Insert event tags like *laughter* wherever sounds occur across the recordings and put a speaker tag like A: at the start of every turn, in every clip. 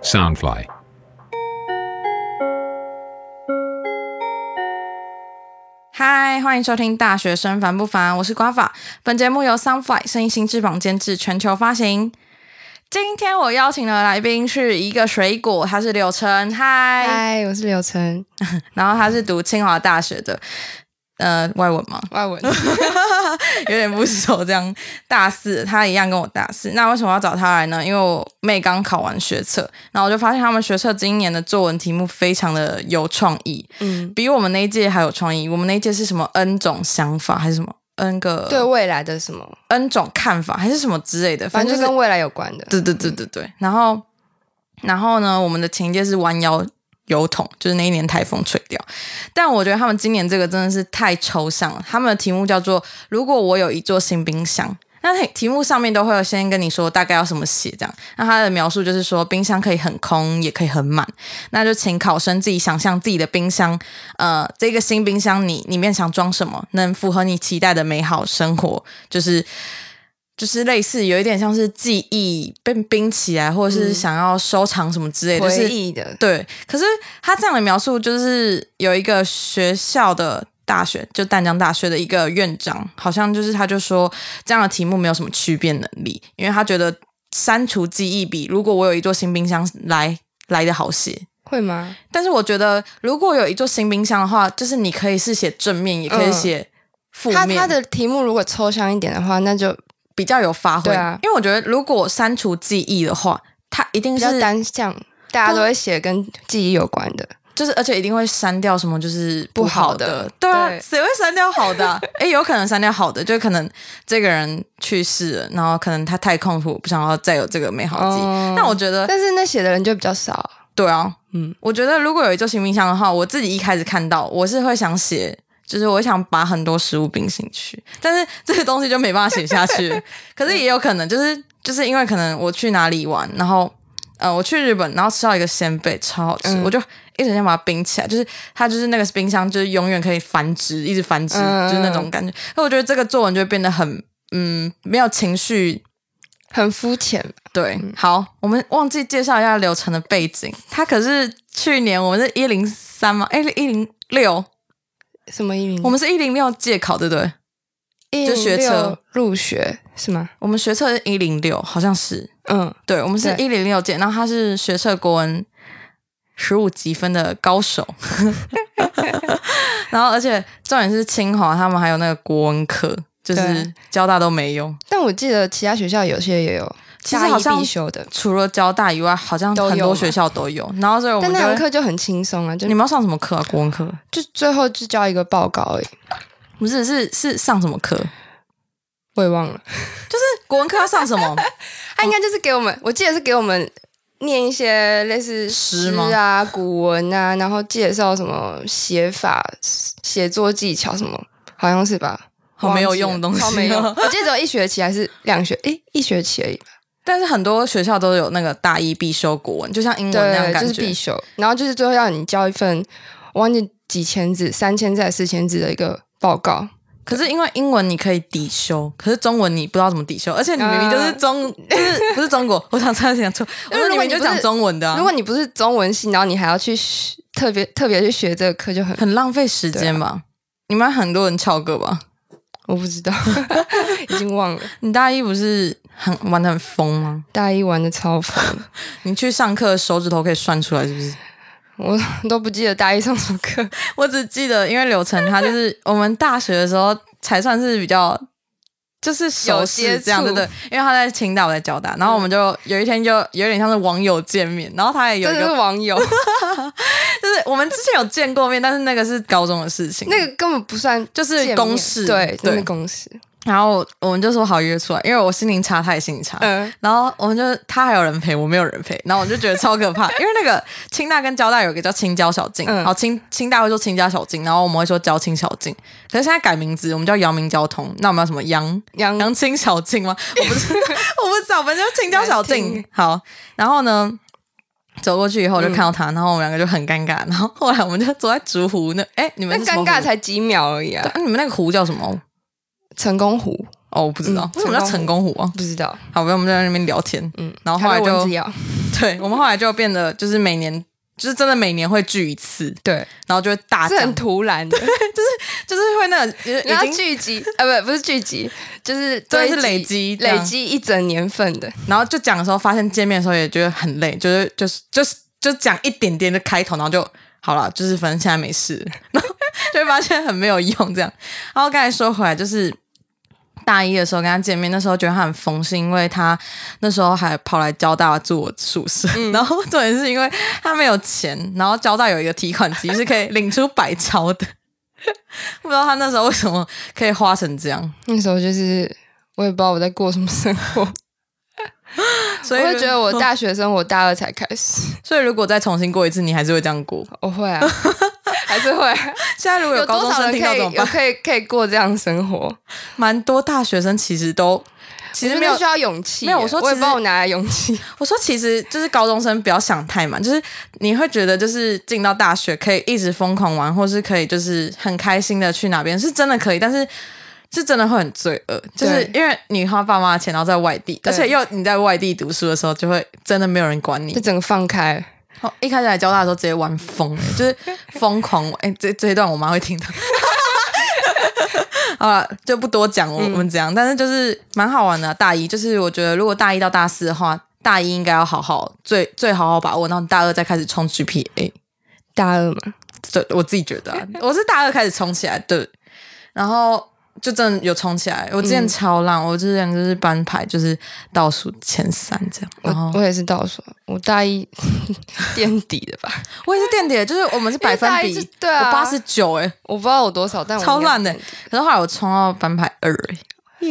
A: Soundfly.
B: 嗨，欢迎收听《大学生烦不烦》，我是瓜法。本节目由 Sunfly 声音新翅膀监制，全球发行。今天我邀请的来宾是一个水果，他是柳橙，嗨，
C: 嗨，我是刘晨，
B: 然后他是读清华大学的，呃，外文吗？
C: 外 *laughs* 文。
B: 嗯有点不熟，这样大四，他一样跟我大四。那为什么要找他来呢？因为我妹刚考完学测，然后我就发现他们学测今年的作文题目非常的有创意，
C: 嗯，
B: 比我们那一届还有创意。我们那一届是什么 N 种想法还是什么 N 个
C: 对未来的什么，
B: N 种看法还是什么之类的，
C: 反
B: 反
C: 正
B: 正
C: 就
B: 就是
C: 跟未来有关的。
B: 对对对对对。然后然后呢，我们的情节是弯腰油桶，就是那一年台风吹掉。但我觉得他们今年这个真的是太抽象了。他们的题目叫做“如果我有一座新冰箱”。那题题目上面都会有先跟你说大概要什么写这样，那它的描述就是说冰箱可以很空，也可以很满，那就请考生自己想象自己的冰箱，呃，这个新冰箱你里面想装什么，能符合你期待的美好生活，就是就是类似有一点像是记忆被冰起来，或者是想要收藏什么之类的，就是
C: 回忆的，
B: 对，可是他这样的描述就是有一个学校的大学，就淡江大学的一个院长，好像就是他就说这样的题目没有什么区别能力，因为他觉得删除记忆比如果我有一座新冰箱来来的好写。
C: 会吗？
B: 但是我觉得如果有一座新冰箱的话，就是你可以是写正面，也可以
C: 嗯
B: 写负
C: 他
B: 面，
C: 他的题目如果抽象一点的话，那就
B: 比较有发挥。
C: 对啊
B: 因为我觉得如果删除记忆的话，它一定
C: 比
B: 是
C: 较单向，大家都会写跟记忆有关的。
B: 就是而且一定会删掉什么就是不好的，
C: 不好的
B: 对啊，
C: 对
B: 谁会删掉好的、
C: *laughs*
B: 啊？哎，有可能删掉好的，就可能这个人去世了，然后可能他太痛苦，不想要再有这个美好的记忆。
C: 哦
B: 但我觉得，
C: 但是那写的人就比较少。
B: 对啊，
C: 嗯，
B: 我觉得如果有一座行冰箱的话，我自己一开始看到我是会想写。就是我想把很多食物冰进去，但是这个东西就没办法写下
C: *laughs*
B: 去。可是也有可能，就是就是因为可能我去哪里玩，然后呃我去日本，然后吃到一个鲜贝超好吃，
C: 嗯
B: 我就一直想把它冰起来。就是它就是那个冰箱，就是永远可以繁殖，一直繁殖，
C: 嗯
B: 就是那种感觉。那我觉得这个作文就会变得很嗯没有情绪
C: 很肤浅，
B: 对，
C: 嗯
B: 好，我们忘记介绍一下柳橙的背景。他可是去年我们是一零三嘛，哎，一零六，
C: 什么一零，
B: 我们是一零六届考，对不对？就学车
C: 入学是吗？
B: 我们学测是一零六，好像是，
C: 嗯，
B: 对，我们是一
C: 对
B: 零六届，然后他是学测国文十五积分的高手， *laughs* 然后而且重点是清华他们还有那个国文课，就是
C: 对
B: 交大都没有，
C: 但我记得其他学校有些也有，
B: 其实
C: 大一
B: 好像
C: 必修的，
B: 除了交大以外，好像
C: 都
B: 很
C: 有
B: 多
C: 嘛
B: 学校都有。然后所以我
C: 但
B: 们
C: 那
B: 就
C: 堂
B: 会
C: 课就很轻松啊，就
B: 你们要上什么课啊？国文课？
C: 就最后就交一个报告而已，
B: 不是，是是上什么课？
C: 我也忘了。
B: *laughs* 国文课要上什么？
C: 他应该就是给我们，我记得是给我们念一些类似
B: 诗
C: 诗
B: 吗
C: 啊、古文啊，然后介绍什么写法、写作技巧什么，好像是吧？
B: 好没有用的东西哦
C: 忘记了超没用。我记得只有一学期还是两学，诶，一学期而已吧。
B: 但是很多学校都有那个大一必修国文，就像英文嗯那样
C: 对，就
B: 感
C: 是
B: 觉。
C: 必修。然后就是最后要你交一份，我忘记几千字，三千字还是四千字的一个报告。
B: 可是因为英文你可以抵修，可是中文你不知道怎么抵修，而且你明明就是中， *laughs* 就是不是中国，我想差点讲错，我
C: 如
B: 说
C: 果
B: 你明明
C: 你
B: 就
C: 不是
B: 讲中文的、啊，
C: 如果你不是中文系，然后你还要去学特别特别去学这个课，就很
B: 很浪费时间吧？你们很多人翘课吧？
C: 我不知道， *laughs* 已经忘了。
B: 你大一不是很玩的很疯吗？
C: 大一玩的超疯，
B: 你去上课手指头可以算出来是不是？
C: 我 *laughs* 都不记得大一上什么课。
B: 我只记得，因为柳橙她就是
C: *laughs*
B: 我们大学的时候才算是比较。就是熟
C: 有
B: 识
C: 接触嗯
B: 这样，对对，因为她在清大，我在交大，然后我们就有一天就有点像是网友见面，然后她也有
C: 真
B: 一
C: 的是
B: 个，
C: 网友，
B: 就是我们之前有见过面，但是那个是高中的事情，
C: *laughs* 那个根本不算
B: 就是
C: 见面
B: 公式
C: 对，
B: 对
C: 真的公式。
B: 然后我我们就说好约出来，因为我心灵差，她也心灵差，
C: 嗯，
B: 然后我们就他还有人陪，我没有人陪，然后我就觉得超可怕，因为那个清大跟交大有一个叫青交小径，
C: 嗯
B: 然后清清大会说清交小径，然后我们会说交青小径，可是现在改名字，我们叫阳明交通，那我们要什么阳
C: 杨
B: 阳青小径吗？我不知道， *laughs* 我不知道，反正就青交小
C: 难
B: 径
C: 听。
B: 好，然后呢？走过去以后，
C: 嗯
B: 我就看到他，然后我们两个就很尴尬。然后后来我们就坐在竹湖那，哎，你
C: 那
B: 们是什么
C: 尴
B: 湖
C: 尬才几秒而已
B: 对
C: 啊！
B: 啊你们那个湖叫什么？
C: 成功湖
B: 哦，我不知道，
C: 嗯
B: 为什么叫成
C: 成
B: 功湖啊？
C: 不知道，
B: 好，我们就在那边聊天，
C: 嗯，
B: 然后后来
C: 还被
B: 就
C: 蚊子咬
B: *laughs* 对我们后来就变得就是每年。就是真的每年会聚一次，
C: *laughs* 对，
B: 然后就会大
C: 是很
B: 讲，
C: 突然的。
B: 就是会那种就是
C: 然后
B: 已经，
C: 聚集，呃，不，不是聚集，就是
B: 真的
C: 堆
B: 是累积这样
C: 累积一整年份的。
B: 然后就讲的时候，发现见面的时候也觉得很累，就是就是就是就讲一点点就开头，然后就好了，就是反正现在没事，然后就会发现很没有用这样。然后刚才说回来，就是大一的时候跟他见面，那时候觉得他很疯，是因为他那时候还跑来交大住我宿舍， *laughs* 然后重点是因为他没有钱，然后交大有一个提款机是可以领出百钞的， *laughs* 不知道他那时候为什么可以花成这样，
C: 那时候就是我也不知道我在过什么生 *laughs* 活，我
B: 所以
C: 会觉得我大学生活大二才开始，
B: *laughs* 所以如果再重新过一次，你还是会这样过。
C: 我会 *laughs* 啊，还是 *laughs* 会啊、
B: 现在如果
C: 有
B: 有高中
C: 多少
B: 生
C: 人
B: 听到
C: 可
B: 怎么
C: 以有
B: 办？
C: 可以可以过这样的生活？
B: 蛮多大学生其实都，其实
C: 我觉
B: 没
C: 得
B: 有
C: 需。要勇气
B: 没
C: 耶，
B: 有我说
C: 我也
B: 其实
C: 不知道我哪来勇气。 *laughs*
B: 我说其实就是高中生不要想太满，就是你会觉得就是进到大学可以一直疯狂玩，或是可以就是很开心的去哪边，是真的可以，但是。是真的会很罪恶，就是因为你花爸妈的钱，然后在外地，而
C: 对
B: 且又你在外地读书的时候，就会真的没有人管你
C: 就。整个放开，
B: 哦，一开始来交大的时候直接玩疯了，就是疯狂玩。哎、这这一段我妈会听到。 *laughs* 好了，就不多讲，我
C: 嗯
B: 我们讲，但是就是蛮好玩的啊、大一就是我觉得，如果大一到大四的话，大一应该要好好最最好好把握，然后大二再开始冲 GPA。
C: 大二嘛，
B: 对，欸我自己觉
C: *laughs*
B: 得啊、我是大二开始冲起来，对，然后就真的有冲起来。我之
C: 嗯
B: 前超烂，我之前就是班排就是倒数前三这样，然后
C: 我我也是倒数，我大一 *laughs* 垫底的吧，
B: 我也是垫底的，就是我们是百分
C: 因为大一
B: 比
C: 就，对啊
B: 我八十九哎，
C: 我不知道我多少，但我
B: 超烂
C: 应该
B: 的、可是后来我冲到班排二、欸，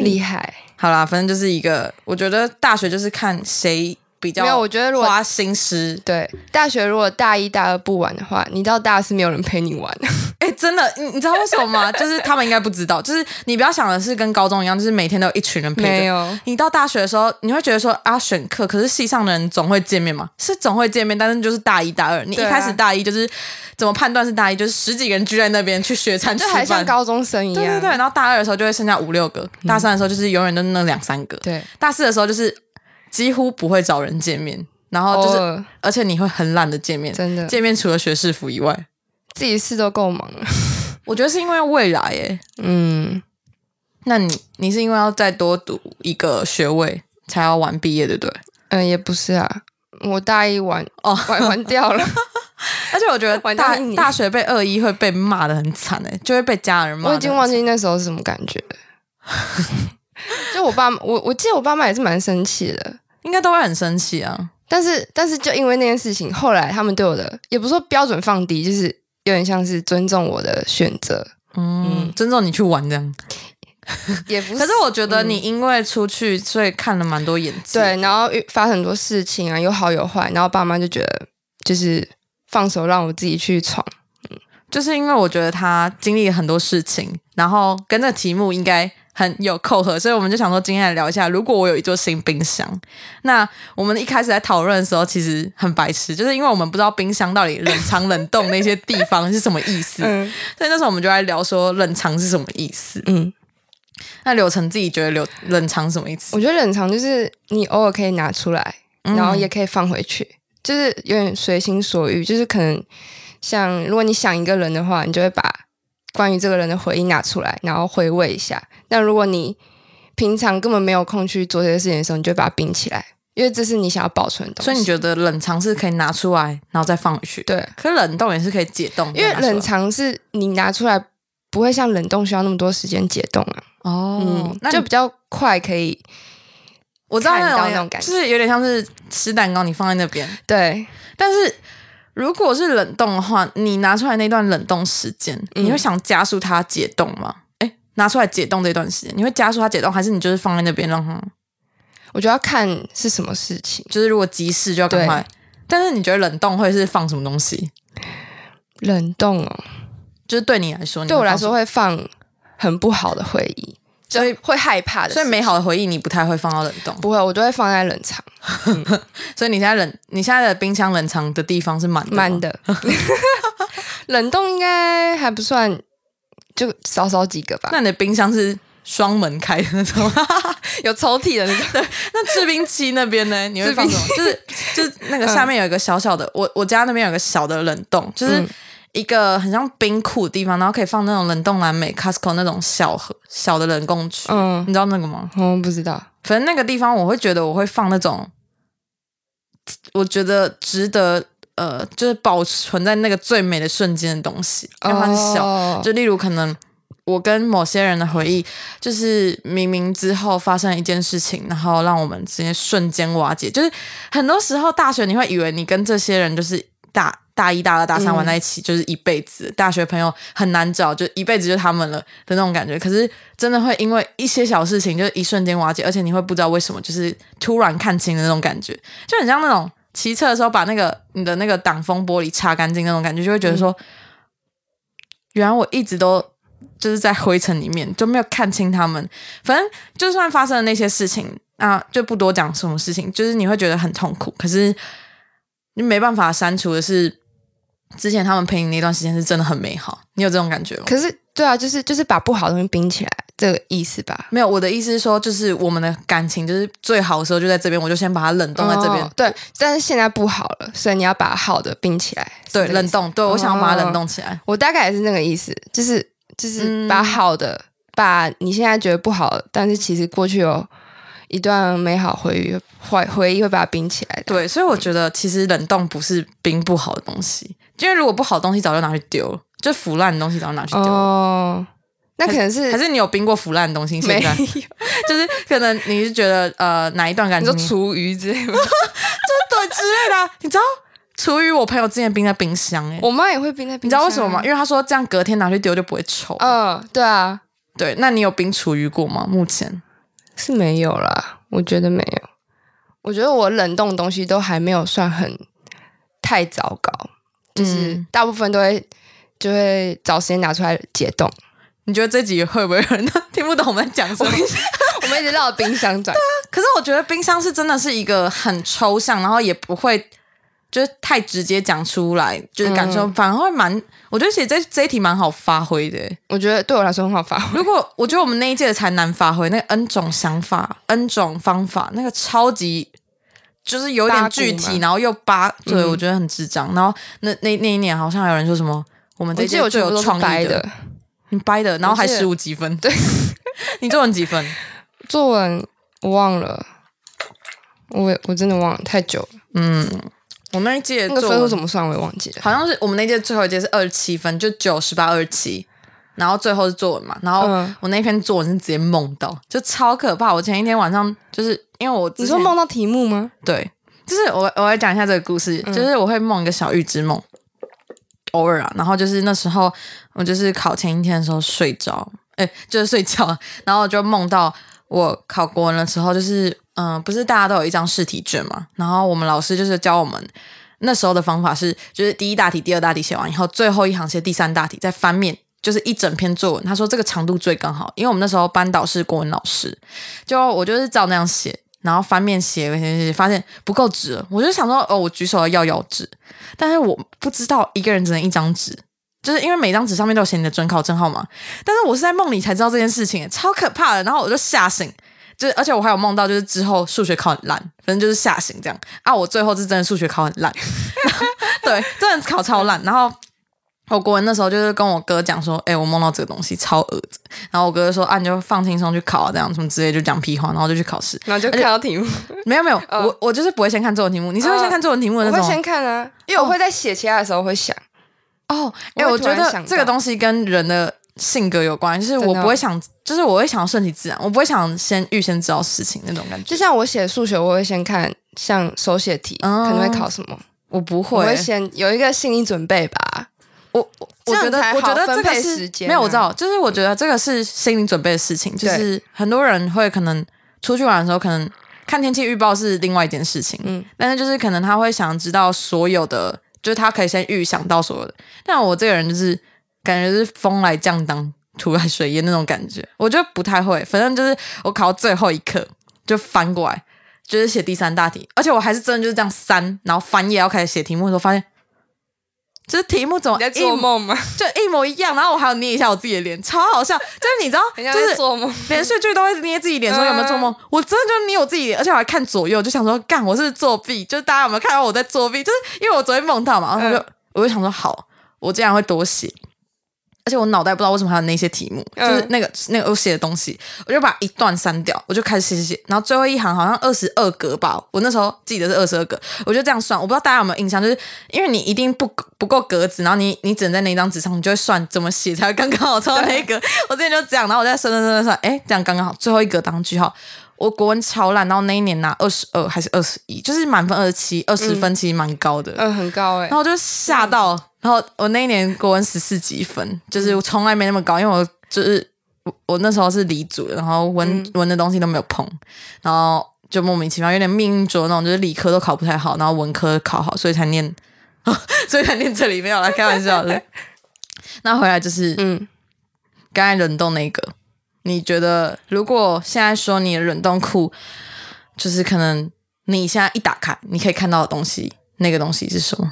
C: 厉害。
B: 好啦，反正就是一个，我觉得大学就是看谁比较
C: 没有我觉得如果
B: 花心思。
C: 对，大学如果大一大二不玩的话，你到大四没有人陪你 *laughs* 玩。
B: 哎、真的，你你知道为什么吗？就是他们应该不知道，就是你不要想的是跟高中一样，就是每天都有一群人陪着。
C: 没有
B: 你到大学的时候，你会觉得说啊，选课，可是系上的人总会见面嘛，是总会见面，但是就是大一大二，你一
C: 对啊
B: 开始大一就是、怎么判断是大一，就是十几个人聚在那边去学餐吃
C: 就还像
B: 饭。
C: 高中生一样。
B: 对对对，然后大二的时候就会剩下五六个，大三的时候就是永远都那两三个，
C: 对
B: 大四的时候就是几乎不会找人见面，然后就是，
C: 偶尔
B: 而且你会很懒得见面，
C: 哦真的
B: 见面除了学士服以外，
C: 自己事都够忙了。
B: 我觉得是因为未来耶。
C: 嗯，
B: 那你你是因为要再多读一个学位才要完毕业，对不对？
C: 嗯，也不是啊，我大一玩
B: 哦
C: 玩玩掉 *laughs* 了，
B: 而且我觉
C: *laughs*
B: 得
C: 完
B: 大
C: 蛋你
B: 大学被二一会被骂的很惨哎，就会被家人骂。
C: 我已经忘，记那时候是什么感觉了。 *laughs* 就我爸妈，我我记得我爸妈也是蛮生气的，
B: 应该都会很生气啊。
C: 但是但是就因为那件事情，后来他们对我的也不是说标准放低，就是有点像是尊重我的选择，
B: 嗯，尊重你去玩这样。
C: 也不是。
B: 可是我觉得你因为出去，所以看了蛮多演技。
C: 对，然后遇发生很多事情啊，有好有坏，然后爸妈就觉得就是放手让我自己去闯。
B: 就是因为我觉得他经历了很多事情，然后跟这个题目应该很有扣合，所以我们就想说今天来聊一下，如果我有一座新冰箱，那我们一开始在讨论的时候其实很白痴，就是因为我们不知道冰箱到底冷藏、冷冻那些地方是什么意思，
C: 嗯
B: 所以那时候我们就在聊说冷藏是什么意思。
C: 嗯，
B: 那柳橙自己觉得冷冷藏什么意思？嗯
C: 我觉得冷藏就是你偶尔可以拿出来，嗯然后也可以放回去，就是有点随心所欲。就是可能像如果你想一个人的话，你就会把关于这个人的回忆拿出来，然后回味一下。那如果你平常根本没有空去做这些事情的时候，你就会把它冰起来，因为这是你想要保存的东西。
B: 所以你觉得冷藏是可以拿出来，然后再放回去？。
C: 对，
B: 可是冷冻也是可以解冻，
C: 因为
B: 再拿出来
C: 冷藏是你拿出来不会像冷冻需要那么多时间解冻啊，
B: 哦，那
C: 嗯，就比较快可以
B: 我知道
C: 看
B: 那
C: 到
B: 种
C: 那种感觉
B: 就是有点像是吃蛋糕，你放在那边。
C: 对，
B: 但是如果是冷冻的话，你拿出来那段冷冻时间，
C: 嗯
B: 你会想加速它解冻吗？哎、拿出来解冻这段时间，你会加速它解冻，还是你就是放在那边让它？
C: 我就要看是什么事情。
B: 就是如果急事就要赶快。但是你觉得冷冻会是放什么东西？
C: 冷冻哦，
B: 就是对你来说，你
C: 对
B: 会
C: 我
B: 嗯
C: 来
B: 放什
C: 说
B: 么，
C: 会放很不好的回忆，所以会害怕的事
B: 所以
C: 情。
B: 美好的回忆你不太会放到冷冻。
C: 不会，我都会放在
B: *laughs*
C: 冷藏，
B: 所以你现在冷，你现在的冰箱冷藏的地方是满的吗
C: 满的。 *laughs* 冷冻应该还不算，就少少几个吧。
B: 那你的冰箱是双门开的那种， *laughs*
C: 有抽屉的那个，
B: 对，那制冰机那边
C: *laughs*
B: 呢？你会放什么？
C: 制
B: 就是就是那个下面有一个小小的，我我家那边有个小的冷冻，就是
C: 嗯
B: 一个很像冰库的地方，然后可以放那种冷冻蓝莓、Costco 那种小盒小的冷冻区。
C: 嗯
B: 你，知道那个吗？
C: 我不知道，
B: 反正那个地方我会觉得我会放那种，我觉得值得呃，就是保存在那个最美的瞬间的东西，让它是小
C: 哦
B: 就例如可能我跟某些人的回忆，就是明明之后发生了一件事情，然后让我们之间瞬间瓦解。就是很多时候大学你会以为你跟这些人就是大大一、大二、大三
C: 嗯
B: 玩在一起，就是一辈子，大学朋友很难找，就一辈子就他们了的那种感觉。可是真的会因为一些小事情，就是一瞬间瓦解，而且你会不知道为什么，就是突然看清的那种感觉，就很像那种。骑车的时候把那个你的那个挡风玻璃擦干净那种感觉，就会觉得说，原来我一直都就是在灰尘里面，就没有看清他们。反正就算发生了那些事情，啊，就不多讲什么事情，就是你会觉得很痛苦，可是你没办法删除的是，之前他们陪你那段时间是真的很美好。你有这种感觉吗？
C: 可是对啊，就是就是把不好的东西冰起来，这个意思吧？
B: 没有，我的意思是说，就是我们的感情就是最好的时候就在这边，我就先把它冷冻在这边。
C: 哦对，但是现在不好了，所以你要把好的冰起来，
B: 对，
C: 是这个意
B: 冷
C: 思。
B: 冻，对我想要把它
C: 哦
B: 冷冻起来。
C: 我大概也是那个意思，就是就是
B: 嗯
C: 把好的，把你现在觉得不好，但是其实过去有一段美好回忆，回回忆会把它冰起来的。
B: 对，所以我觉得其实冷冻不是冰不好的东西，因为如果不好的东西早就拿去丢了，就腐烂的东西早就拿去丢了。
C: 哦，那可能
B: 还
C: 是
B: 是你有冰过腐烂的东西？现
C: 没
B: 在，
C: 有
B: 就是可能你是觉得呃哪一段感
C: 你
B: 情
C: 说
B: 你
C: 厨余之类吗？
B: *laughs* 对之类的啊、你知道厨余我朋友之前冰在冰箱哎、
C: 我妈也会冰在
B: 你
C: 冰，啊
B: 知道为什么吗？？因为他说这样隔天拿去丢就不会臭。
C: 嗯，对啊，
B: 对，那你有冰厨余过吗？目前
C: 是没有啦，我觉得没有。我觉得我冷冻的东西都还没有算很太糟糕，就是
B: 嗯
C: 大部分都会就会找时间拿出来解冻。
B: 你觉得这集会不会有人 *laughs* 听不懂我们在讲什么？
C: *laughs* 我们一直绕冰箱转，
B: *laughs* 可是我觉得冰箱是真的是一个很抽象，然后也不会就是太直接讲出来，就是感
C: 嗯
B: 受，反而会蛮，我觉得其实这这一题蛮好发挥的欸、
C: 我觉得对我来说很好发挥。
B: 如果我觉得我们那一届的才难发挥，那个 N 种想法、N 种方法，那个超级就是有点具
C: 八股
B: 体，
C: 嘛
B: 然后又八，对、
C: 嗯
B: 我觉得很智障。然后那那那一年好像还有人说什么，我们这
C: 我
B: 一
C: 记得
B: 届最
C: 我全
B: 有
C: 部都
B: 创
C: 是
B: 意
C: 白
B: 的，
C: 的，
B: 你掰的，然后还
C: 我记得
B: 十五积分，对， *laughs* 你作文几分？
C: 作文我忘了，我我真的忘了太久了，
B: 我那一届
C: 那个
B: 作
C: 分数
B: 文
C: 怎么算我也忘记了。
B: 好像是我们那届最后一届是二十七分，就九十八二十七，然后最后是作文嘛，然后
C: 嗯
B: 我那篇作文是直接梦到，就超可怕。我前一天晚上就是因为我之
C: 你说
B: 前
C: 梦到题目吗？
B: 对，就是我我来讲一下这个故事，就是我会梦一个小预知梦，偶尔啊，然后就是那时候我就是考前一天的时候睡着，哎、就是睡觉，然后我就梦到我考国文的时候，就是嗯、呃不是大家都有一张试题卷嘛，然后我们老师就是教我们。那时候的方法是，就是第一大题、第二大题写完以后，最后一行写第三大题，再翻面，就是一整篇作文。他说这个长度最刚好，因为我们那时候班导是国文老师，就我就是照那样写，然后翻面写，写写写，发现不够纸了，我就想说，哦，我举手要要纸，但是我不知道一个人只能一张纸，就是因为每张纸上面都有写你的准考证号码，但是我是在梦里才知道这件事情，超可怕的，然后我就吓醒。就是，而且我还有梦到，就是之后数学考很烂，反正就是吓醒这样啊。我最后是真的数学考很烂， *laughs* 对，真的考超烂。然后我国文那时候就是跟我哥讲说，哎、我梦到这个东西超恶的。然后我哥就说，啊，你就放轻松去考、啊，这样什么之类，就讲屁话，然后就去考试。
C: 然后就看到题目，
B: 没有没有，我我就是不会先看作文题目，你是会先看作文题目的
C: *laughs* 呃我
B: 那
C: 会
B: 种
C: 先
B: 吗。
C: 看啊，因为我会在写其他的时候会想，
B: 哦，哎、
C: 我
B: 我
C: 会突
B: 觉
C: 然
B: 得
C: 想
B: 这个
C: 到
B: 东西跟人的性格有关，就是我
C: 真的哦
B: 不会想，就是我会想要顺其自然，我不会想先预先知道事情那种感觉。
C: 就像我写数学，我会先看像手写题
B: 哦
C: 可能会考什么，
B: 我不会
C: 我会先有一个心理准备吧。
B: 我我
C: 这
B: 我
C: 样
B: 觉得
C: 才
B: 我觉
C: 好
B: 得这
C: 分
B: 个
C: 配
B: 是
C: 时间
B: 没有
C: 啊
B: 我知道，就是我觉得这个是心理准备的事情，就
C: 对
B: 是很多人会可能出去玩的时候，可能看天气预报是另外一件事情，嗯
C: 嗯，
B: 但是就是可能他会想知道所有的，就是他可以先预想到所有的。但我这个人就是感觉是风来降当，土来水淹那种感觉，我就不太会。反正就是我考到最后一刻就翻过来，就是写第三大题，而且我还是真的就是这样删，然后翻页要开始写题目的时候，发现就是题目总
C: 你在
B: 一
C: 做梦吗？
B: 就一模一样，然后我还有捏一下我自己的脸，超好笑。就是你知道，
C: 人家
B: 就
C: 在
B: 是
C: 做梦，
B: 连续剧都会捏自己脸，说有没有做
C: *laughs*
B: 梦？我真的就捏我自己，而且我还看左右，就想说干，我是作弊。就是大家有没有看到我在作弊？就是因为我昨天梦到嘛，然后我就、
C: 嗯
B: 我就想说好，我竟然会多写。而且我脑袋不知道为什么还有那些题目，
C: 嗯
B: 就是那个那个我写的东西，我就把一段删掉，我就开始写写写，然后最后一行好像二十二格吧，我那时候记得是二十二格，我就这样算，我不知道大家有没有印象，就是因为你一定不不够格子，然后你你只能在那张纸上，你就会算怎么写才会刚刚好抽到那一格。我之前就这样，然后我再算算算算，哎，这样刚刚好，最后一格当句号。我国文超烂，然后那一年拿二十二还是二十一，就是满分二十七，二十分其实蛮高的。
C: 嗯，很高哎、
B: 然后我就吓到，然后我那一年国文十四几分，就是我从来没那么高，因为我就是我我那时候是理组的，然后文、文的东西都没有碰，然后就莫名其妙有点命运着那种，就是理科都考不太好，然后文科考好，所以才念， *laughs* 所以才念这里没有啦，开玩笑的。那回来就是
C: 嗯，
B: 刚才冷冻那个，你觉得如果现在说你的冷冻库，就是可能你现在一打开，你可以看到的东西，那个东西是什么？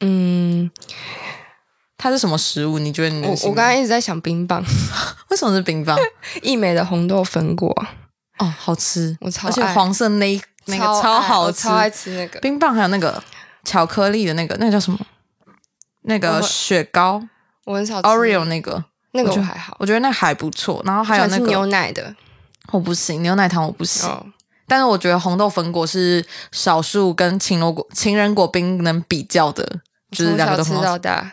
C: 嗯，
B: 它是什么食物？你觉得你
C: 我
B: 能
C: 我
B: 形容
C: 刚刚一直在想冰棒， *laughs*
B: 为什么是冰棒？
C: 益美的红豆粉果，
B: 哦，好吃，
C: 我超
B: 而且
C: 爱
B: 黄色那一那个
C: 爱
B: 超好
C: 我
B: 吃
C: 超，爱吃那个。
B: 冰棒还有那个巧克力的那个，那个叫什么？那
C: 我
B: 个
C: 会
B: 雪糕
C: 我很少吃
B: Oreo 那个，
C: 那个
B: 我觉
C: 我
B: 得
C: 还好，
B: 我觉得那还不错。然后还有
C: 喜欢
B: 那
C: 吃牛
B: 个
C: 奶的
B: 我不行，牛奶糖我不行。
C: 哦，
B: 但是我觉得红豆粉果是少数跟情人果情人果冰能比较的，就是
C: 从
B: 两个
C: 小
B: 都
C: 吃
B: 很好吃。
C: 到大。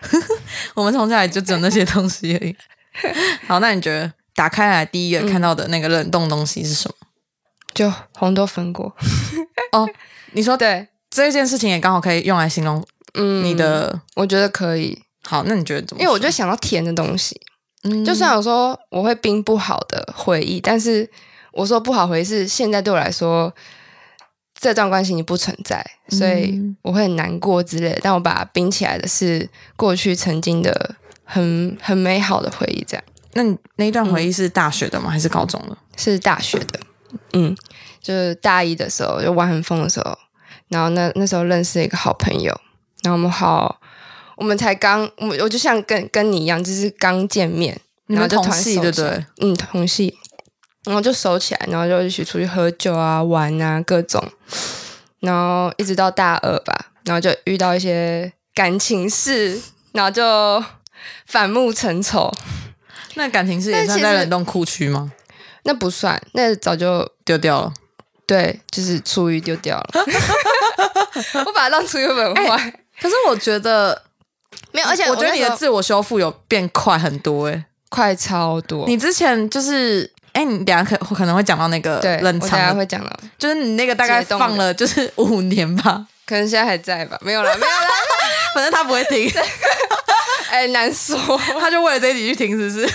B: 我们从小也就只有那些东西而已。 *laughs* 好，那你觉得打开来第一个
C: 嗯
B: 看到的那个冷冻东西是什么？
C: 就红豆粉果，
B: 你说
C: 对，
B: 这件事情也刚好可以用来形容
C: 嗯，
B: 你的。
C: 我觉得可以，
B: 好，那你觉得怎么说？
C: 因为我就想到甜的东西。
B: 嗯
C: 就算我说我会冰不好的回忆，但是我说不好回忆是现在对我来说，这段关系已经不存在，所以
B: 嗯
C: 我会很难过之类的。但我把它冰起来的是过去曾经的很很美好的回忆，这样
B: 那你那一段回忆
C: 嗯
B: 是大学的吗？还是高中的？
C: 是大学的，嗯，就是大一的时候就玩很疯的时候，然后那那时候认识一个好朋友，然后我们好。我们才刚，我我就像跟跟你一样，就是刚见面，
B: 你
C: 然后
B: 们
C: 就
B: 同
C: 团
B: 系
C: 手
B: 对不
C: 起来
B: 对？
C: 嗯，同系，然后就熟起来，然后就一起出去喝酒啊、玩啊各种，然后一直到大二吧，然后就遇到一些感情事，然后就反目成仇。
B: 那感情是也
C: 但
B: 算
C: 其
B: 在
C: 实
B: 冷冻库区吗？
C: 那不算，那早就
B: 丢掉了。
C: 对，就是厨余丢掉了。 *laughs* 我把它当厨余本坏、
B: 可是我觉得，
C: 哎没有，而且
B: 我觉得
C: 那
B: 你
C: 时
B: 的
C: 候
B: 自我修复有变快很多诶、
C: 快超多。
B: 你之前就是，哎、你等一下可可能会讲到那个
C: 对，
B: 冷
C: 我等下
B: 藏的，
C: 会讲到，
B: 就是你那个大概
C: 解冻
B: 放了就是五年吧，
C: 可能现在还在吧？没有了，没有了， *laughs*
B: 反正他不会停，
C: 哎、难说。
B: *laughs*
C: *laughs*
B: 他就为了这一集去停，是不是？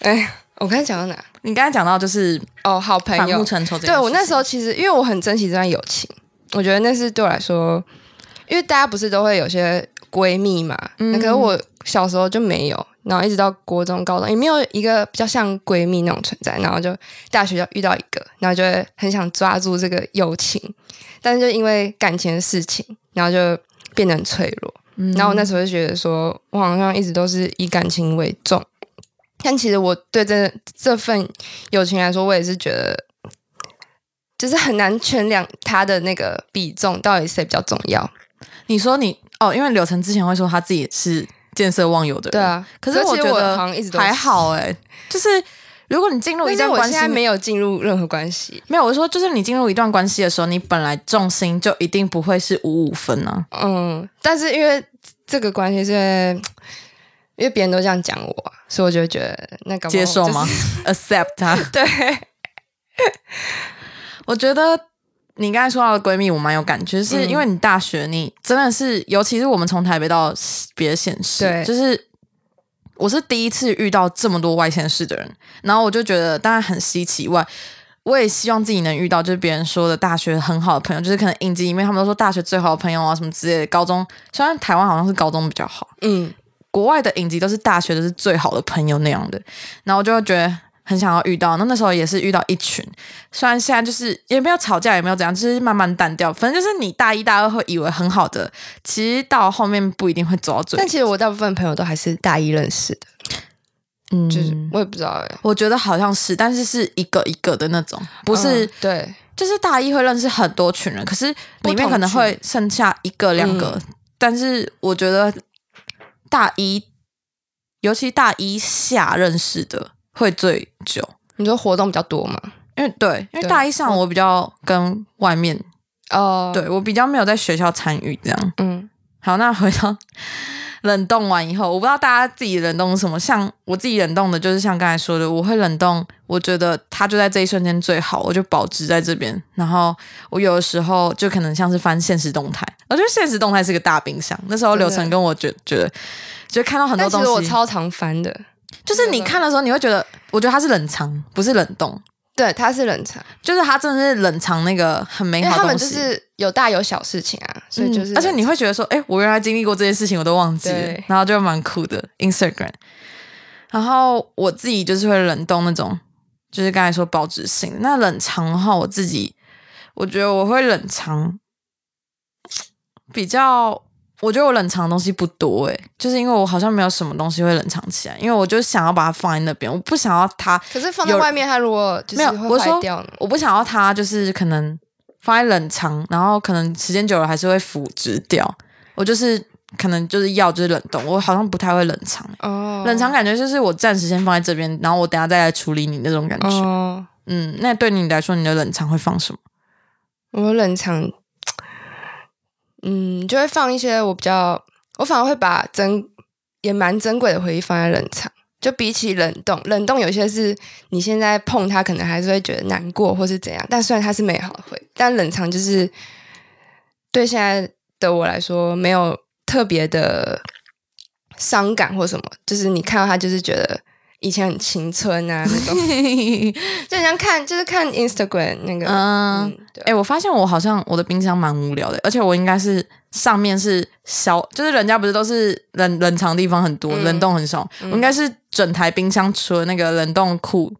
C: 哎、我刚才讲到哪？
B: 你刚才讲到就是
C: 哦，好朋
B: 反
C: 友
B: 目，成仇这件事情，
C: 对我那时候其实，因为我很珍惜这段友情，我觉得那是对我来说，因为大家不是都会有些闺蜜嘛，那
B: 嗯
C: 可是我小时候就没有，然后一直到国中、高中也没有一个比较像闺蜜那种存在，然后就大学就遇到一个，然后就会很想抓住这个友情，但是就因为感情的事情，然后就变得很脆弱。
B: 嗯
C: 然后我那时候就觉得说，我好像一直都是以感情为重，但其实我对这这份友情来说，我也是觉得就是很难权量它的那个比重到底谁比较重要。
B: 你说你哦，因为柳晨之前会说他自己是见色忘友的人，
C: 对。啊，
B: 可是
C: 我
B: 觉得
C: 好像一直都
B: 还，好哎、就是如果你进入一
C: 但是
B: 段
C: 我
B: 关
C: 现
B: 系，
C: 在没有进入任何关系。
B: 没有，我是说就是你进入一段关系的时候，你本来重心就一定不会是五五分啊。
C: 嗯，但是因为这个关系是因为因为别人都这样讲我啊，所以我就觉得那个
B: 接受
C: *laughs*
B: 吗、a c c e p t 它。
C: 对，
B: 我觉得你刚才说到的闺蜜，我蛮有感觉，是
C: 嗯
B: 因为你大学你真的是，尤其是我们从台北到别的县市，
C: 对
B: 就是。我是第一次遇到这么多外县市的人，然后我就觉得当然很稀奇以外，我也希望自己能遇到就是别人说的大学很好的朋友，就是可能影集里面他们都说大学最好的朋友啊什么之类的。高中虽然台湾好像是高中比较好，
C: 嗯，
B: 国外的影集都是大学的是最好的朋友那样的，然后我就会觉得很想要遇到。那那时候也是遇到一群，虽然现在就是也没有吵架，也没有怎样，就是慢慢淡掉。反正就是你大一、大二会以为很好的，其实到后面不一定会走到最
C: 但。其实我大部分朋友都还是大一认识的，
B: 嗯，
C: 就是我也不知道哎、
B: 我觉得好像是，但是是一个一个的那种，不是、
C: 嗯对，
B: 就是大一会认识很多群人，可是里
C: 不
B: 面
C: 同
B: 可能会剩下一个两个。但是我觉得大一，尤其大一下认识的会最久，
C: 你说活动比较多嘛？
B: 因为对，因为
C: 对
B: 大一上我比较跟外面，
C: 哦、
B: 对我比较没有在学校参与这样。
C: 嗯，
B: 好，那回到 *laughs* 冷冻完以后，我不知道大家自己冷冻是什么。像我自己冷冻的，就是像刚才说的，我会冷冻，我觉得它就在这一瞬间最好，我就保值在这边。然后我有的时候就可能像是翻现实动态，我觉得现实动态是个大冰箱。那时候
C: 真的
B: 刘晨跟我觉觉得，就看到很多
C: 但其
B: 东
C: 实我
B: 西，
C: 超常翻的，
B: 就是你看的时候，你会觉得，我觉得它是冷藏，不是冷冻，
C: 对，他是冷藏，
B: 就是它真的是冷藏那个很美
C: 因为
B: 好
C: 他
B: 的
C: 们
B: 东西。
C: 就是有大有小事情啊，所以就是冷藏、
B: 嗯而且你会觉得说，哎、我原来经历过这些事情，我都忘记了
C: 对，
B: 然后就蛮酷的 Instagram。然后我自己就是会冷冻那种，就是刚才说保值性。那冷藏的话，我自己我觉得我会冷藏比较，我觉得我冷藏的东西不多诶、哎就是因为我好像没有什么东西会冷藏起来，因为我就想要把它放在那边，我不想要它
C: 可是放在
B: 有
C: 外面，它如果就
B: 没
C: 是
B: 有，
C: 会
B: 我
C: 坏
B: 说
C: 掉呢。
B: 我不想要它，就是可能放在冷藏，然后可能时间久了还是会腐殖掉。我就是可能就是要就是冷冻，我好像不太会冷藏、欸
C: 哦，
B: 冷藏感觉就是我暂时先放在这边，然后我等下再来处理你那种感觉。
C: 哦，
B: 嗯，那对你来说，你的冷藏会放
C: *laughs*
B: 什么？
C: 我冷藏，嗯，就会放一些我比较，我反而会把珍也蛮珍贵的回忆放在冷藏。就比起冷冻，冷冻有些是你现在碰它，可能还是会觉得难过或是怎样。但虽然它是美好的回忆，但冷藏就是对现在的我来说没有特别的伤感或什么，就是你看到它就是觉得以前很青春啊那种， *laughs* 就很像看就是看 Instagram 那个，
B: 嗯
C: 嗯，对
B: 哎、我发现我好像我的冰箱蛮无聊的，而且我应该是上面是小，就是人家不是都是冷冷藏地方很多，
C: 嗯
B: 冷冻很少，我应该是整台冰箱除了那个冷冻库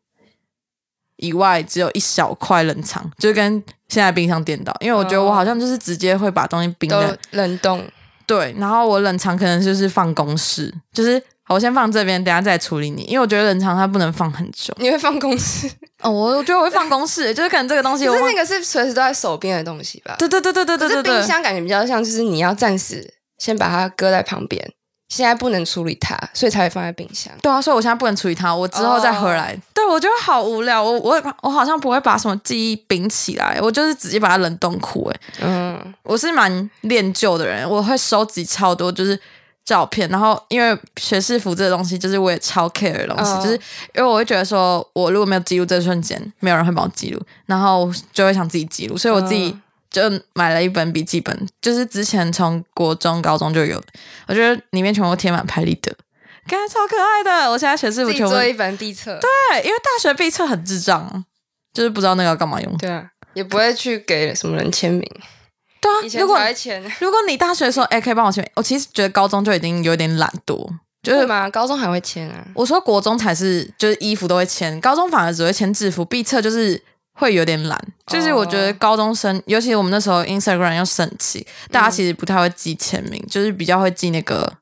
B: 以外，只有一小块冷藏，就跟现在冰箱颠倒，因为我觉得我好像就是直接会把东西冰在
C: 都
B: *laughs*
C: 冷冻。
B: 对，然后我冷藏可能就是放公式，就是我先放这边，等一下再处理你，因为我觉得冷藏它不能放很久。
C: 你会放
B: *laughs*
C: 公司？
B: 哦，我我觉得我会放公式， *laughs* 就是可能这个东西
C: 就
B: 我
C: 是
B: 忘
C: 那个是随时都在手边的东西吧？
B: 啊对对对对对对
C: 可
B: 对
C: 是
B: 对，
C: 冰箱感觉比较像，就是你要暂时先把它搁在旁边，现在不能处理它，所以才会放在冰箱。
B: 对啊，所以我现在不能处理它，我之后再回来。对，我觉得好无聊，我我我好像不会把什么记忆冰起来，我就是直接把它冷冻库。哎，
C: 嗯，
B: 我是蛮恋旧的人，我会收集超多就是照片，然后因为学士服这个东西，就是我也超 care 的东西，
C: 嗯
B: 就是因为我会觉得说，我如果没有记录这瞬间，没有人会帮我记录，然后就会想自己记录，所以我自己。
C: 嗯
B: 就买了一本笔记本，就是之前从国中、高中就有的，我觉得里面全部贴满拍立得，感觉超可爱的。我现在学士服
C: 自己
B: 全部
C: 做一本必测，
B: 对，啊因为大学必测很智障，就是不知道那个要干嘛用。
C: 对啊，也不会去给什么人签名。
B: 对
C: 以
B: 啊，
C: 前
B: 如果
C: 才会签，
B: 如果你大学说，哎、可以帮我签名，我其实觉得高中就已经有点懒惰，就
C: 对
B: 是
C: 吗？高中还会签啊。
B: 我说国中才是，就是衣服都会签，高中反而只会签制服，必测就是会有点懒。就是我觉得高中
C: 哦
B: 生，尤其我们那时候 Instagram 又盛起，大
C: 嗯
B: 家其实不太会记签名，就是比较会记那个。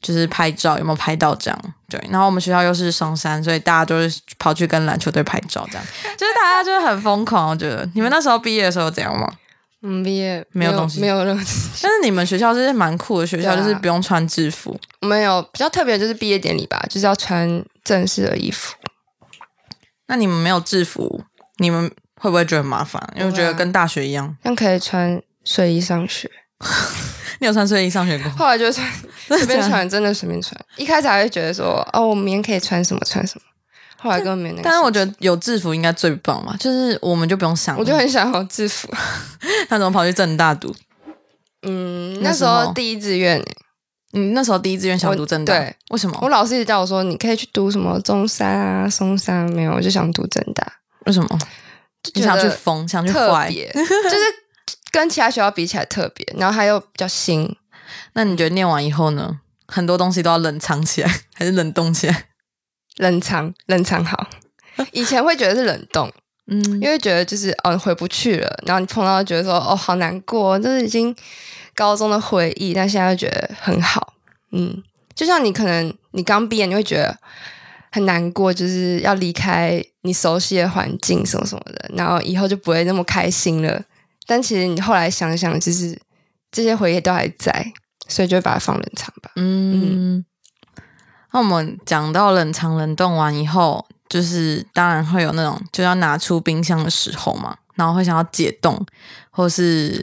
B: 就是拍照有没有拍到这样？对，然后我们学校又是松山，所以大家都是跑去跟篮球队拍照，这样 *laughs* 就是大家就是很疯狂。我觉得你们那时候毕业的时候有怎
C: *laughs*
B: 样吗？
C: 嗯，毕业
B: 没有东西
C: 没有任何。
B: 但是你们学校就是蛮酷的学校，
C: 对啊
B: 就是不用穿制服。
C: 我们有比较特别，就是毕业典礼吧，就是要穿正式的衣服。
B: 那你们没有制服，你们会不会觉得很麻烦？因为我觉得
C: 啊
B: 跟大学一样，
C: 但可以穿睡衣上学。
B: 你有穿睡衣上学过？
C: 后来就
B: *laughs*
C: 穿随便
B: 假的
C: 穿，真的随便穿。一开始还会觉得说，哦，我明天可以穿什么穿什么，后来根本没那个。
B: 但是我觉
C: 得，
B: 得有制服应该最棒嘛，就是我们就不用想了，
C: 我就很想要
B: *laughs*
C: 制服。
B: 他怎么跑去正大读？
C: 嗯，
B: 那
C: 那
B: 时
C: 时
B: 候
C: 候第一志愿欸，
B: 你那时候第一志愿想读
C: 我
B: 正大，
C: 对，
B: 为什么
C: 我？老师一直叫我说，你可以去读什么中山啊、松山，没有，我就想读正大，
B: 为什么？
C: 就
B: 你
C: 觉
B: 想去
C: 得
B: 疯，想去
C: 特
B: 坏？
C: 别，就是跟其他学校比起来特别，然后它又比较新。
B: 那你觉得念完以后呢？ *laughs* 很多东西都要冷藏起来，还是冷冻起来？
C: 冷藏，冷藏好，以前会觉得是冷冻，
B: 嗯
C: 因为觉得就是哦你回不去了，然后你碰到觉得说哦好难过，这是已经高中的回忆，但现在就觉得很好，嗯，就像你可能你刚毕业，你会觉得很难过，就是要离开你熟悉的环境什么什么的，然后以后就不会那么开心了。但其实你后来想想，就是这些回忆都还在，所以就会把它放冷藏吧。
B: 嗯，那我们讲到冷藏冷冻完以后，就是当然会有那种就要拿出冰箱的时候嘛，然后会想要解冻，或是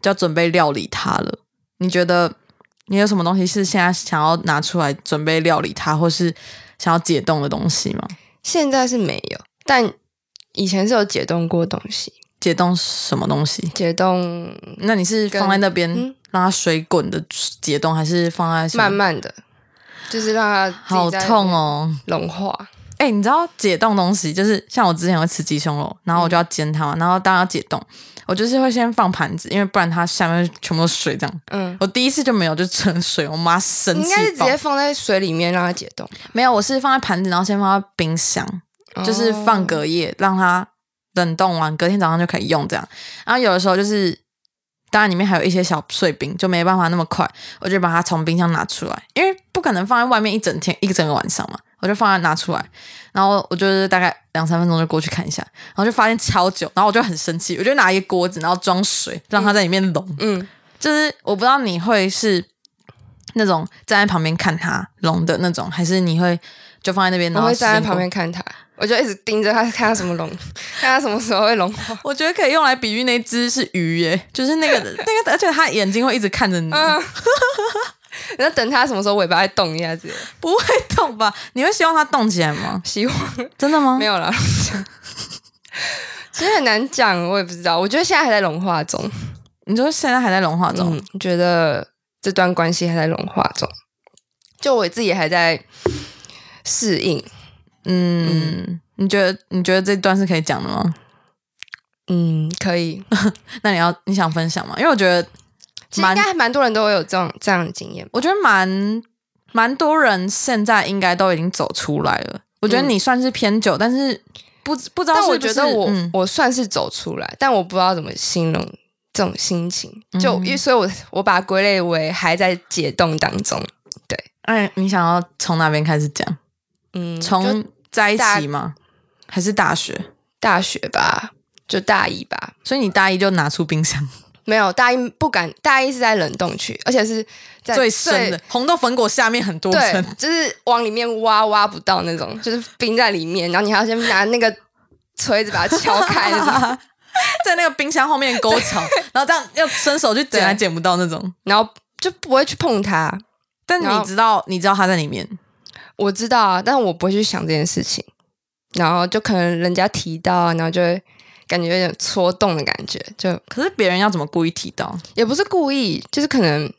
B: 就要准备料理它了。你觉得你有什么东西是现在想要拿出来准备料理它，或是想要解冻的东西吗？
C: 现在是没有，但以前是有解冻过东西，
B: 解冻什么东西？
C: 解冻
B: 那你是放在那边
C: 嗯
B: 让它水滚的解冻，还是放在什么
C: 慢？慢的，就是让它自己
B: 好
C: 在
B: 痛哦！
C: 融化。
B: 哎、你知道解冻东西，就是像我之前会吃鸡胸肉，然后我就要煎它嘛，然后当然要解冻，我就是会先放盘子，因为不然它下面全部都是水这样。
C: 嗯，
B: 我第一次就没有，就纯水，我妈生
C: 你
B: 气
C: 应该是直
B: 爆
C: 接放在水里面让它解冻，
B: 没有，我是放在盘子，然后先放到冰箱，就是放
C: 哦
B: 隔夜，让它冷冻完，隔天早上就可以用这样。然后有的时候就是，当然里面还有一些小碎冰，就没办法那么快，我就把它从冰箱拿出来，因为不可能放在外面一整天一整个晚上嘛，我就放在拿出来，然后我就是大概两三分钟就过去看一下，然后就发现超久，然后我就很生气，我就拿一个锅子，然后装水，让它在里面溶。
C: 嗯，
B: 就是我不知道你会是那种站在旁边看它溶的那种，还是你会就放在那边，
C: 我
B: 然后
C: 会站
B: 时
C: 在
B: 间
C: 旁
B: 过
C: 边看它，我就一直盯着它，看它什么融， *laughs* 看它什么时候会融化。
B: *laughs* 我觉得可以用来比喻那只是鱼耶，就是
C: *laughs*
B: 那个那个，而且它眼睛会一直看着你，
C: 嗯，然后等它什么时候尾巴再动一下子，
B: 不会动吧？你会希望它动起来吗？
C: 希望 *laughs*
B: 真的吗？
C: 没有啦。其实很难讲，我也不知道。我觉得现在还在融化中，
B: 你说现在还在融化中，
C: 嗯，觉得这段关系还在融化中，就我自己还在适应。
B: 嗯，你觉得你觉得这段是可以讲的吗？
C: 嗯，可以。
B: 那你要你想分享吗？因为我觉得
C: 其实应
B: 蛮
C: 该，还蛮多人都会有这种这样的经验吧。
B: 我觉得蛮蛮多人现在应该都已经走出来了。我觉得
C: 嗯
B: 你算是偏久，但是不不知道是
C: 但我
B: 不
C: 觉
B: 是
C: 得我、
B: 嗯
C: 我算是走出来，但我不知道怎么形容这种心情。就、
B: 嗯
C: 因为，所以我我把它归类为还在解冻当中。
B: 哎，你想要从哪边开始讲？
C: 嗯，就
B: 从在一
C: 大
B: 起吗？还是大学？
C: 大学吧，就大一吧，
B: 所以你大一就拿出冰箱
C: 没有大一不敢，大一是在冷冻区，而且是在
B: 最深的红豆粉果下面很多
C: 对
B: 层，，
C: 就是往里面挖挖不到那种，就是冰在里面，然后你还要先拿那个锤子把它敲开那
B: *laughs*
C: 种，
B: *laughs* 在那个冰箱后面沟槽，然后这样要伸手去捡
C: 对
B: 还捡不到那种。
C: 然后就不会去碰它。
B: 但
C: 然
B: 你
C: 后
B: 知道，你知道它在里面，
C: 我知道啊，但我不会去想这件事情，然后就可能人家提到啊，然后就会感觉有点戳动的感觉，就
B: 可是别人要怎么故意提到？
C: 也不是故意，就是可能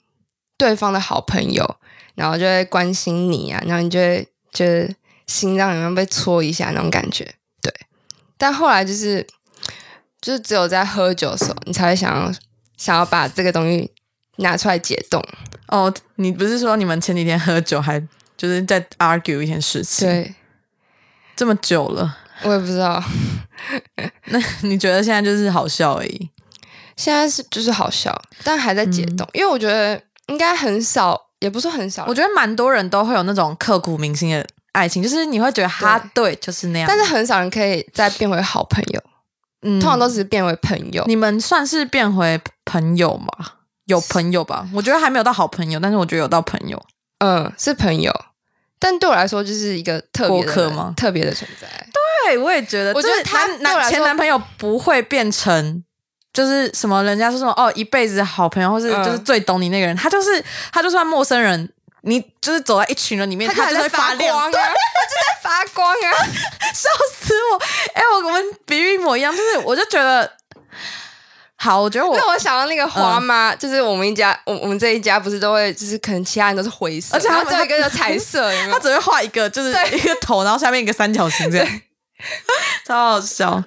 C: 对方的好朋友，然后就会关心你啊，然后你就会觉得心脏有没有被戳一下那种感觉，对。但后来就是，就是只有在喝酒的时候，你才会想要想要把这个东西拿出来解冻，
B: 哦，你不是说你们前几天喝酒还就是在 argue 一件事情？，
C: 对。
B: 这么久了， *laughs*
C: 我也不知道，
B: 那你觉得现在就是好笑而已？
C: 现在是就是好笑，但还在解冻，因为我觉得应该很少，也不是很少，
B: 嗯我觉得蛮多人都会有那种刻骨铭心的爱情，就是你会觉得他对就是那样，
C: 但是很少人可以再变回好朋友，
B: 嗯
C: 通常都只是变为朋友。
B: 你们算是变回朋友吧？有朋友吧？我觉得还没有到好朋友，但是我觉得有到朋友。
C: 嗯，是朋友，但对我来说就是一个特
B: 过
C: 别
B: 客
C: 的人
B: 吗
C: 特别的存在。
B: 对，我也觉得
C: 我觉得
B: 就是
C: 他
B: 男
C: 对我
B: 男
C: 来说
B: 前男朋友不会变成。就是什么，人家说什么哦，一辈子好朋友，或是
C: 嗯
B: 就是最懂你那个人，他就是他就算陌生人，你就是走在一群人里面，
C: 他
B: 他就
C: 就在
B: 会
C: 发
B: 亮，
C: *laughs* 光啊，他就在发光啊。
B: *laughs* 笑死我！哎、我我们比喻一模一样，就是我就觉得，好，我觉 *laughs* 得我嗯
C: 那我想到那个花妈，就是我们一家，我我们这一家不是都会，就是可能其他人都是灰色，
B: 而且他
C: 然后
B: 们
C: 这一个就彩色，有没
B: 他
C: 有？
B: 只 *laughs* 会画一个，就是一个头，然后下面一个三角形这样，超好笑。